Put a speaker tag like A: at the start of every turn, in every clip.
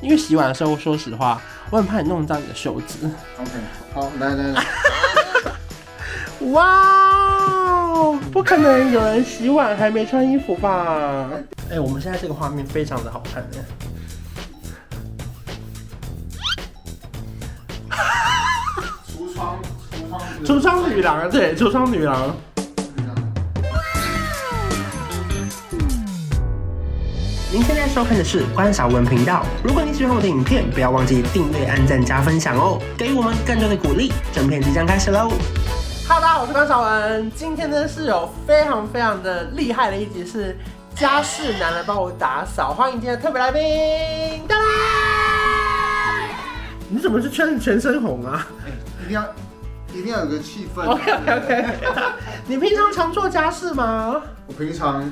A: 因为洗碗的时候，说实话，我很怕你弄脏你的袖子。
B: OK，好，来来来，
A: 哇哦， 不可能有人洗碗还没穿衣服吧？哎、我们现在这个画面非常的好看哎。
B: 橱窗，橱窗，
A: 橱窗女郎，对，橱窗女郎。您现在收看的是关少文频道。如果你喜欢我的影片，不要忘记订阅、按赞、加分享哦，给予我们更多的鼓励。整片即将开始喽！Hello，大家好，我是关少文。今天呢是有非常非常的厉害的一集，是家事男来帮我打扫。欢迎今天的特别来宾，当 当！你怎么是全全身红啊？
B: 一定要，一定要有个气氛。啊
A: OK OK OK，你 平常常做家事吗？
B: 我平常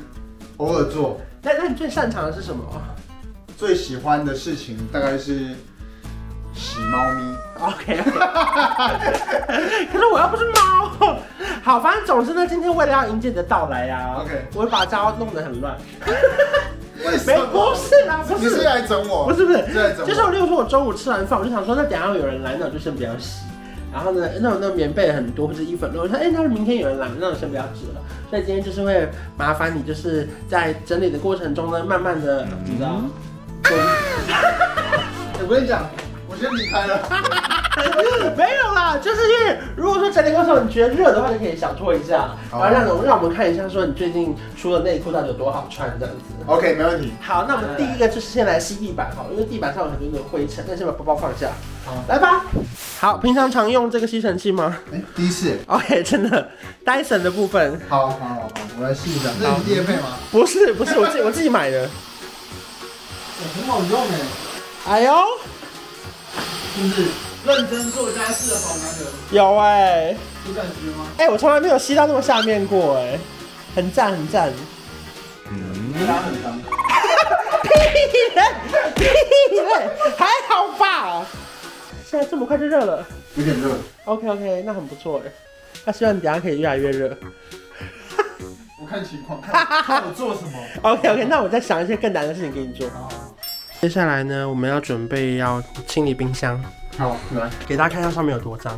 B: 偶尔做，
A: 那那你最擅长的是什么？
B: 最喜欢的事情大概是洗猫咪。
A: OK，可是我又不是猫。好，反正总之呢，今天为了要迎接你的到来呀、啊
B: OK
A: 我会把家弄得很乱。
B: 为
A: 没，不是啦，不
B: 你是
A: 是，
B: 来整我？
A: 不是不是
B: 你，是来整我？
A: 就是我，例如说，我中午吃完饭，我就想说，那等一下有人来，那我就先不要洗。然后呢，那种那种棉被很多或者衣服很多，我说，哎、那明天有人来，那我先不要洗了。所以今天就是会麻烦你，就是在整理的过程中呢，慢慢的，你知道，
B: 我跟你讲，我先离开了。
A: 没有啦，就是因为如果说整理过程你觉得热的话，就可以小脱一下，然
B: 好
A: 后让我让我们看一下，说你最近出的内裤到底有多好穿这样子。
B: OK，没问题。
A: 好，那我们第一个就是先来吸地板哈，因为地板上有很多的灰尘，那先把包包放下。
B: 好
A: 来吧。好，平常常用这个吸尘器吗
B: 哎，第一次，
A: ？OK，真的，Dyson 的部分
B: 好好好，我来试一下。这是你业配吗？
A: 不是不是我自己我自己买的。
B: 很好用哎，
A: 哎呦，
B: 是不是？认真做家事好难得，
A: 有哎、
B: 有感觉吗？
A: 哎、我从来没有吸到那么下面过哎、很赞很 赞。
B: 你拉很脏。
A: 屁嘞屁嘞，还好吧？现在这么快就热了。
B: 有点热，
A: OK OK，那很不错哎。那希望你等一下可以越来越热。
B: 我看情况，看我做什么。
A: OK OK，那我再想一些更难的事情给你做。
B: 好
A: 接下来呢，我们要准备要清理冰箱，
B: 好，来，
A: 给大家看一下上面有多脏。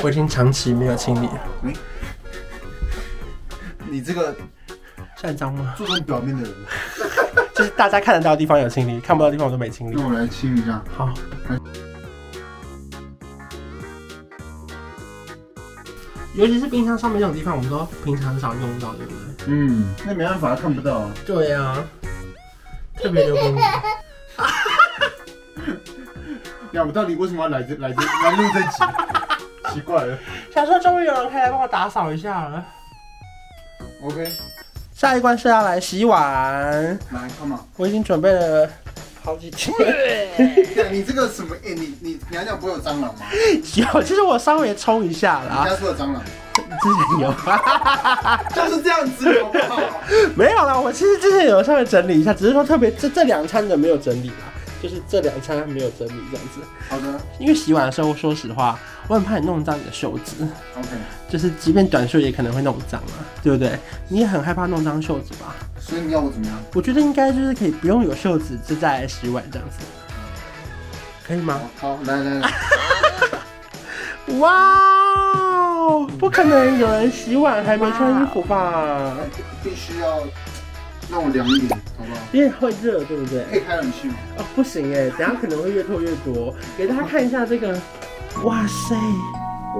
A: 我已经长期没有清理了，
B: 你这个
A: 算脏吗？
B: 注重表面的人，
A: 就是大家看得到的地方有清理，看不到的地方我都没清理
B: 那。我来清一下。
A: 好，尤其是冰箱上面这种地方，我们都平常很少用到，对不对？
B: 嗯，那没办法，看不到啊。
A: 对呀、啊，特别有功 能。
B: 呀，我到底为什么要来这来这 来录这集？ 奇怪了。
A: 想说终于有人可以来帮我打扫一下了。
B: OK，
A: 下一关是要来洗碗，
B: 来干嘛？
A: 我已经准备了好几 天。
B: 对，你这个什么？哎、你你你还讲不会有蟑螂吗？
A: 有，其实我稍微冲一下
B: 你
A: 啦，
B: 家说有蟑螂，
A: 之前有，
B: 就是这样子，好不好？
A: 没有啦，我其实之前有稍微整理一下，只是说特别这这两餐的没有整理啦，就是这两餐没有整理这样子。
B: 好的
A: 因为洗碗的时候，说实话，我很怕你弄脏你的袖子，
B: ，OK。
A: 就是即便短袖也可能会弄脏啊，对不对？你也很害怕弄脏袖子吧？
B: 所以你要我怎么样？
A: 我觉得应该就是可以不用有袖子，就再来洗碗这样子，可以吗？
B: 好，来来来，
A: 哇哦，不可能有人洗碗还没穿衣服吧？
B: 必须要让我凉一点，好不好？
A: 因为会热，对不对？
B: 可以开冷气吗？
A: 哦，不行哎，等下可能会越拖越多。给大家看一下这个，哇塞，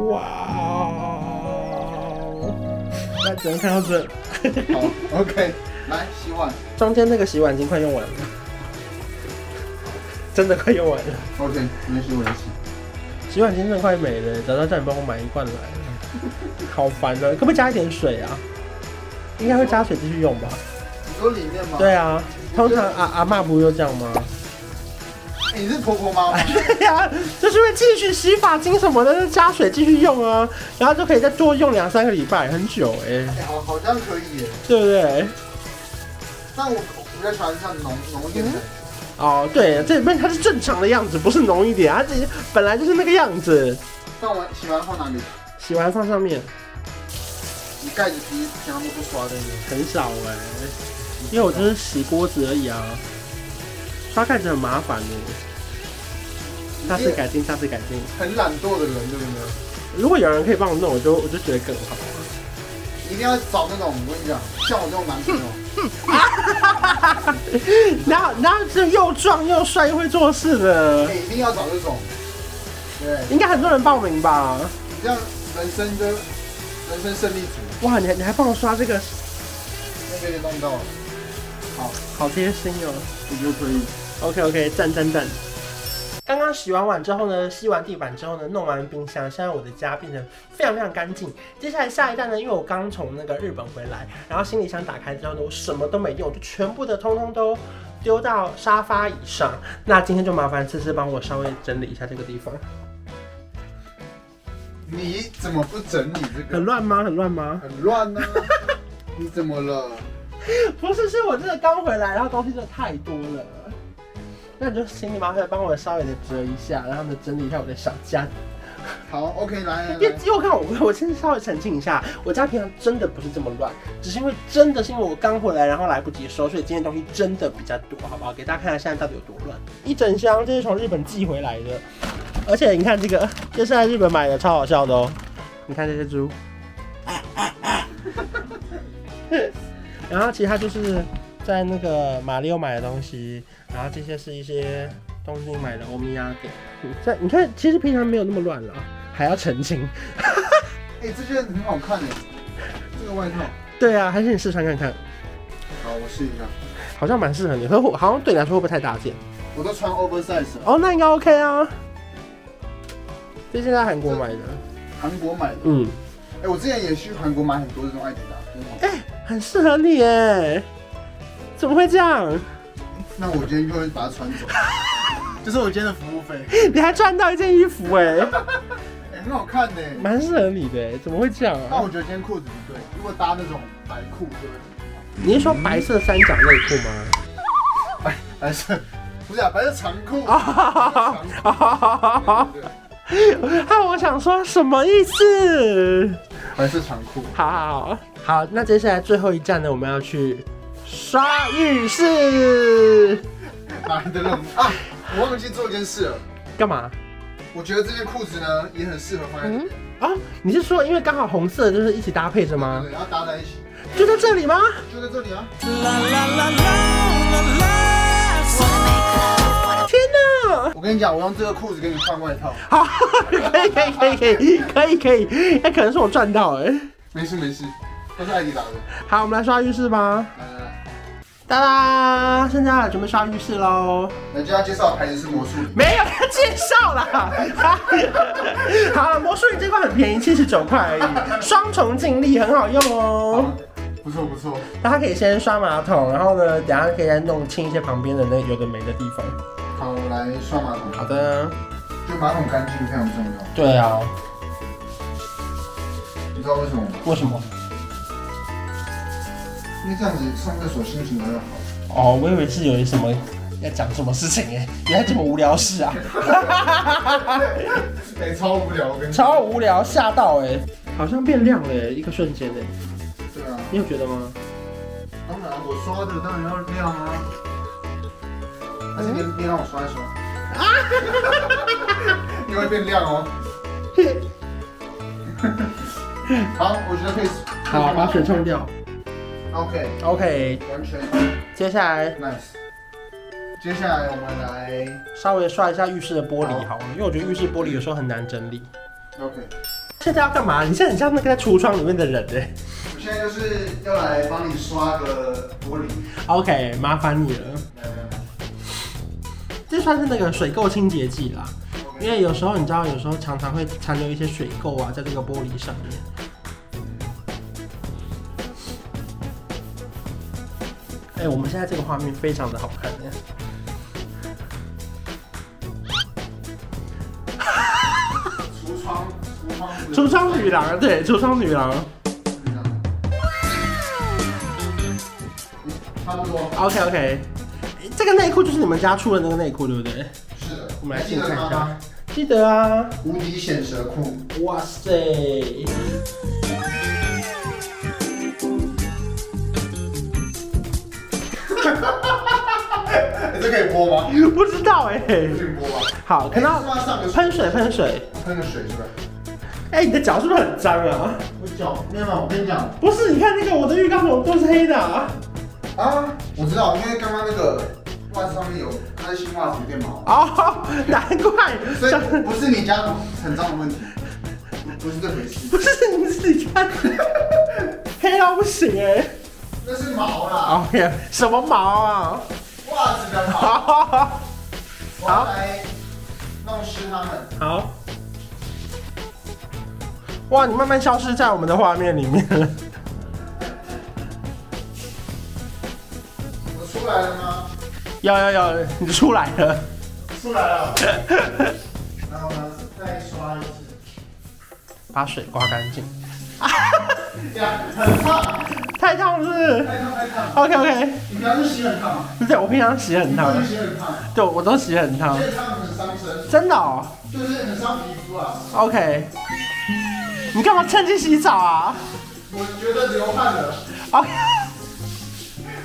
A: 哇哦，那只能看到这。
B: 好，OK。来洗碗
A: 中间那个洗碗巾快用完了， 真的快用完了，
B: ，OK，没事，我来洗。
A: 洗碗巾真的快没了。早知道叫你帮我买一罐来了，好烦哦、可不可以加一点水啊？应该会加水继续用吧？
B: 你说里面吗？
A: 对啊，通常阿阿妈不就这样吗？
B: 哎，你是婆婆妈妈？
A: 对呀、就是会继续洗发精什么的，就加水继续用啊，然后就可以再多用两三个礼拜，很久哎、
B: 哎，好，好像可以耶。
A: 对不对？
B: 但我我比较喜欢像浓浓一点的。
A: 哦，对，这里面它是正常的样子，不是浓一点，它这本来就是那个样子，
B: 但我洗完放哪里？
A: 洗完放上面
B: 你盖子皮平常都不刷的耶。
A: 很少哎、因为我就是洗锅子而已啊，刷盖子很麻烦的、下次改进，下次改进。
B: 很懒惰的人，对不对？
A: 如果有人可以帮我弄，我就我就觉得更好。
B: 一定要找那种我跟你讲，像我这种男朋友，
A: 然后然后这又壮又帅又会做事的，
B: 每一定要找这种，对，
A: 应该很多人报名吧？
B: 你这样人生就人生胜利组，
A: 哇，你还你还帮我刷这个，
B: 那个也弄到了，
A: 好贴心哦。
B: 你就可以。
A: OK OK，赞赞赞。刚刚洗完碗之后呢，吸完地板之后呢，弄完冰箱，现在我的家变得非常非常干净。接下来下一站呢，因为我刚从那个日本回来，然后行李箱打开之后呢，我什么都没用，我就全部的通通都丢到沙发椅上。那今天就麻烦思思帮我稍微整理一下这个地方，
B: 你怎么不整理这
A: 很
B: 个？
A: 乱吗？很乱 吗？
B: 很乱呢、 你怎么了？
A: 不是，是我真的刚回来，然后东西真的太多了。那你就请你麻烦帮我稍微的折一下，然后呢整理一下我的小家
B: 好，OK，来来
A: 因为
B: 来，
A: 因为我看我我先稍微澄清一下，我家平常真的不是这么乱，只是因为真的是因为我刚回来，然后来不及收，所以今天东西真的比较多，好不好？给大家看一下现在到底有多乱。一整箱这是从日本寄回来的，而且你看这个，这是在日本买的，超好笑的哦。你看这些猪，然后其他就是在那个马里奥买的东西，然后这些是一些东京买的欧米亚给。在你看，其实平常没有那么乱了，啊还要澄清。
B: 哎、这件很好看哎，这个外套，
A: 对啊，还是你试穿看看，
B: 好，我试一下，
A: 好像蛮适合你。可我好像对你来说会不会太大件？
B: 我都穿 oversize 了，
A: 哦，那应该 OK 啊。这是在韩国买的，
B: 韩国买的，
A: 嗯，
B: 哎、我之前也去韩国买很多这种爱迪达，很好看
A: 哎很适合你耶。怎么会这样？
B: 那我今天就会把它穿走，这是我今天的服务费，
A: 你还赚到一件衣服哎，
B: 哎、很好看呢、
A: 蛮适合你的耶，怎么会这样
B: 那
A: 啊？
B: 我觉得今天裤子不对，如果搭那种白裤，对不
A: 你是说白色三角内裤吗？
B: 对？白白色，不是啊， 白色长裤，
A: 啊哈哈哈哈哈哈哈！
B: 对对对
A: 害我想说什么意思？
B: 白色长裤，
A: 好好好好，那接下来最后一站呢，我们要去刷浴室，
B: 哪来的任务啊？我忘记做一件事了，
A: 干嘛？
B: 我觉得这件裤子呢也很适合放在这边，
A: 啊，你是说因为刚好红色就是一起搭配着吗？
B: 对，然后搭在一起，
A: 就在这里吗？
B: 就在这里啊。
A: 天哪！
B: 我跟你讲，我用这个裤子给你换外套，
A: 好， 可以可以可以可以可以可以，那可能是我赚到哎。
B: 没事没事，都是艾迪达的，
A: 好，我们来刷浴室吧。
B: 来来来，
A: 哒啦，现在准备刷浴室喽。
B: 那就要介绍的牌子是魔术林，
A: 没有要介绍啦。 好了，魔术仪这块很便宜，七十九块而已，双重净力很好用哦。
B: 不错不错，
A: 大家可以先刷马桶，然后呢，等一下可以再弄清一些旁边的那有的没的地方。
B: 好，我来刷马桶，
A: 好的，
B: 就马桶干净非常重要，
A: 对啊，
B: 你知道为什么吗？
A: 为什么？
B: 因为这样子上厕所心情才会好。
A: 哦，我以为是有什么要讲什么事情哎，原来这么无聊事啊，
B: 哎、超无聊，我跟你讲。
A: 超无聊，吓到哎，好像变亮了哎，一个瞬间哎，
B: 对啊，
A: 你有觉得吗？
B: 当然我刷的当然要亮啊。但是你你让我刷 一刷。你会变亮哦。好，我觉得可以。
A: 好，把水冲掉。
B: OK，
A: OK，
B: 完全
A: 接下来
B: nice。接下来我们来
A: 稍微刷一下浴室的玻璃好了，因为我觉得浴室玻璃有时候很难整理。
B: OK，
A: 现在要干嘛？你现在很像那个在橱窗里面的人哎。
B: 我现在就是要来帮你刷个玻璃。
A: OK，麻烦你了。
B: 来来来
A: 这算是那个水垢清洁剂啦，
B: ，OK
A: 因为有时候你知道，有时候常常会残留一些水垢啊，在这个玻璃上面。哎、我们现在这个画面非常的好看耶。
B: 橱窗，橱窗，
A: 橱窗女郎，对，橱窗女郎。
B: 差不多，
A: OK OK，这个内裤就是你们家出的那个内裤，对不对？
B: 是的。
A: 我们来
B: 还记
A: 先
B: 得
A: 看一
B: 吗
A: 下？。记得啊。
B: 无敌显蛇裤，
A: 哇塞！
B: 哎、这可以播吗？
A: 不知道哎、
B: 这可以播吧？
A: 哎好，看到
B: 哎是要上个
A: 喷水喷水，
B: 喷个水是吧？
A: 哎、你的脚是不是很脏啊？
B: 我脚没有，我跟你讲
A: 不是，你看那个我的浴缸怎么都是黑的、啊？
B: 啊，我知道，因为刚刚那个袜子上面有它的新袜子有点毛，
A: 哦，难怪，
B: 所
A: 想
B: 以不是你家很脏的问题，不不是这回事，
A: 不是你们自己看， 黑到不行哎、
B: 那是毛啦，
A: 哦耶，什么毛啊？
B: 袜子的毛，
A: 好，
B: 我要来弄湿它们。
A: 好，哇，你慢慢消失在我们的画面里面了。
B: 我出来了吗？
A: 有有有，你出来了。
B: 出来了。然后呢，再刷一次。
A: 把水刮干净。
B: 这样很烫，
A: 太烫了是不是
B: 太烫太烫。
A: ？OK OK，
B: 你平常是洗很烫吗？
A: 不是我平常洗很烫
B: 你
A: 的，
B: 洗很烫，
A: 对，我都洗很烫
B: 洗，很烫很伤身，
A: 真的哦。
B: 就是很伤皮肤啊。
A: OK，你干嘛趁机洗澡啊
B: 我觉得流汗了，
A: ？OK，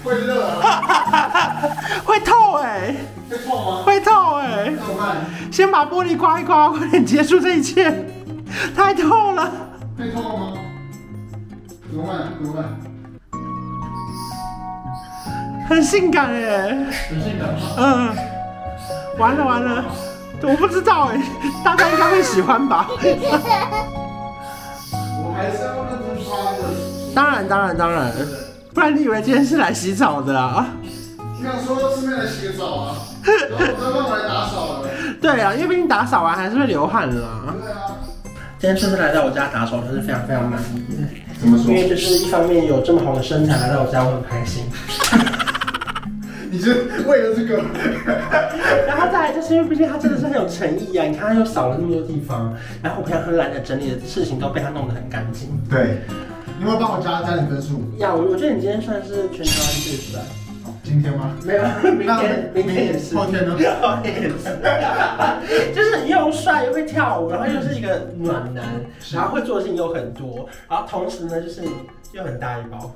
B: 会热啊，
A: 会痛哎、
B: 会痛吗？
A: 会痛哎、
B: 怎么办？
A: 先把玻璃刮一刮，快点结束这一切，太痛了。
B: 会痛吗？流汗，流汗，
A: 很性感哎、
B: 很性感吗？
A: 嗯，完了完了，我不知道哎、大家应该会喜欢吧？
B: 我还是要认真刷的。
A: 当然当然当然，不然你以为今天是来洗澡的啊？
B: 你想说顺便来洗个澡啊？然后我再让我来打扫了。
A: 对啊，因为毕竟打扫完还是会流汗的啊。
B: 对啊。
A: 今天春春来到我家打扫，真是非常非常满意。
B: 怎么
A: 因为就是一方面有这么好的身材来到我家，我很开心。
B: 你是为了这个？
A: 然后再来就是因为毕竟他真的是很有诚意啊，你看他又扫了那么多地方，然后我平常很懒得整理的事情都被他弄得很干净。
B: 对。你有没有帮我加加点分数？
A: 呀，我我觉得你今天算是全台湾最帅。
B: 今天吗？
A: 没有，明天明天也是，
B: 后天呢
A: 后 天也是，就是又帅又会跳舞，然后又是一个暖男，
B: 是
A: 然后会做的事情又很多，然后同时呢就是又很大一包。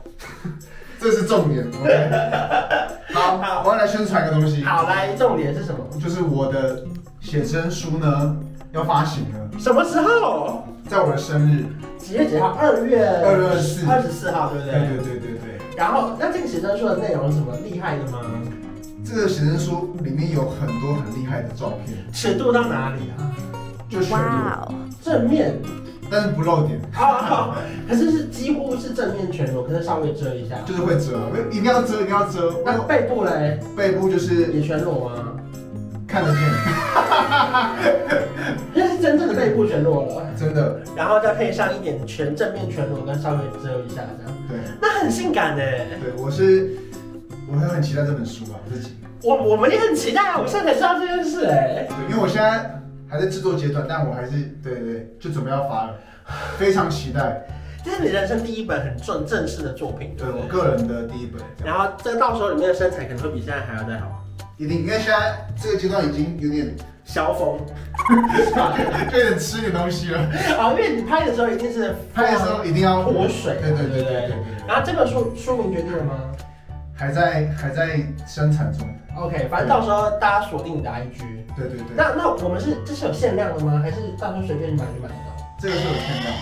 B: 这是重点。OK 好，
A: 好
B: 我要来宣传一个东西，
A: 好，来，重点是什么？
B: 就是我的写真书呢要发行了，
A: 什么时候？
B: 在我的生日。
A: 几月几号？二月
B: 二月二十四
A: 二十四号，对不
B: 对
A: 对？
B: 对对对对，
A: 然后，那这个写真书的内容是什么厉害的吗？
B: 这个写真书里面有很多很厉害的照片，
A: 尺度到哪里啊？
B: 就全裸，
C: 哇哦，
A: 正面
B: 但是不露点，
A: 啊、 可是是几乎是正面全裸，可是稍微遮一下。
B: 就是会遮，一定要遮，一定要遮。
A: 那
B: 我
A: 背部嘞
B: 背部就是
A: 也全裸吗？
B: 看得见，
A: 那是真正的背部全裸了，
B: 真的，
A: 然后再配上一点全正面全裸跟稍微遮一下这样，
B: 对
A: 那很性感哎。
B: 对，我是我会很期待这本书啊，自己。
A: 我我们也很期待啊，我现在才知道这件事哎。
B: 对，因为我现在还在制作阶段，但我还是对对对，就准备要发了，非常期待。
A: 这是你人生第一本很正正式的作品，对
B: 对
A: 不
B: 我
A: 对？
B: 个人的第一本，这样
A: 然后这个到时候里面的身材可能会比现在还要再好，
B: 一定，因为现在这个阶段已经有点
A: 萧 峰。
B: 就有点吃点东西了，
A: 啊，因为你拍的时候一定是
B: 拍的时候一定要
A: 泼水，
B: 对对
A: 对
B: 对对对对对，
A: 然后这本书书名决定了吗
B: 还在还在生产中。
A: ？OK，反正到时候大家锁定你的 IG。
B: 对哦对对，
A: 那那我们是这是有限量的吗？还是到时候随便买就买得到？
B: 这个是有限量，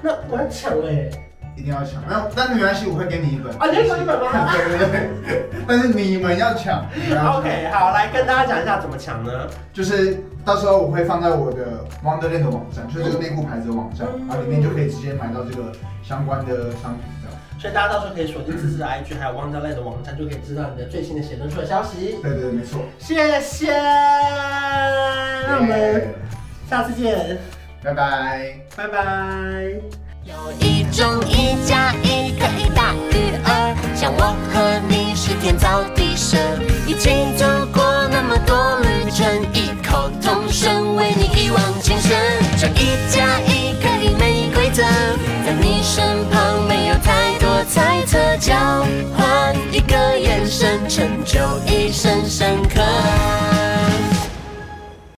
A: 那我要抢了耶！
B: 一定要抢。那但没关系，我会给你一本。
A: 啊，你要抢一本吗
B: 对对对， 但是你们要抢，你们要抢
A: ？OK，好，来跟大家讲一下怎么抢呢？
B: 就是到时候我会放在我的 Wonderland 的网站，就是这个内裤牌子的网站，啊
A: 嗯
B: 然后里面就可以直接买到这个相关的商品这样。
A: 所以大家到时候可以锁定自制的 IG，还有 Wonderland 的网站，就可以知道你的最新的写真书的消息。
B: 对对对，没错。
A: 谢谢，那我们下次见，
B: 拜拜。
A: 拜拜。
C: 有一种一加一可以大于二，像我和你是天造地设，一起走过那么多旅程，异口同声为你一往情深。这一加一可以没规则，在你身旁没有太多猜测，交换一个眼神，成就一生深刻。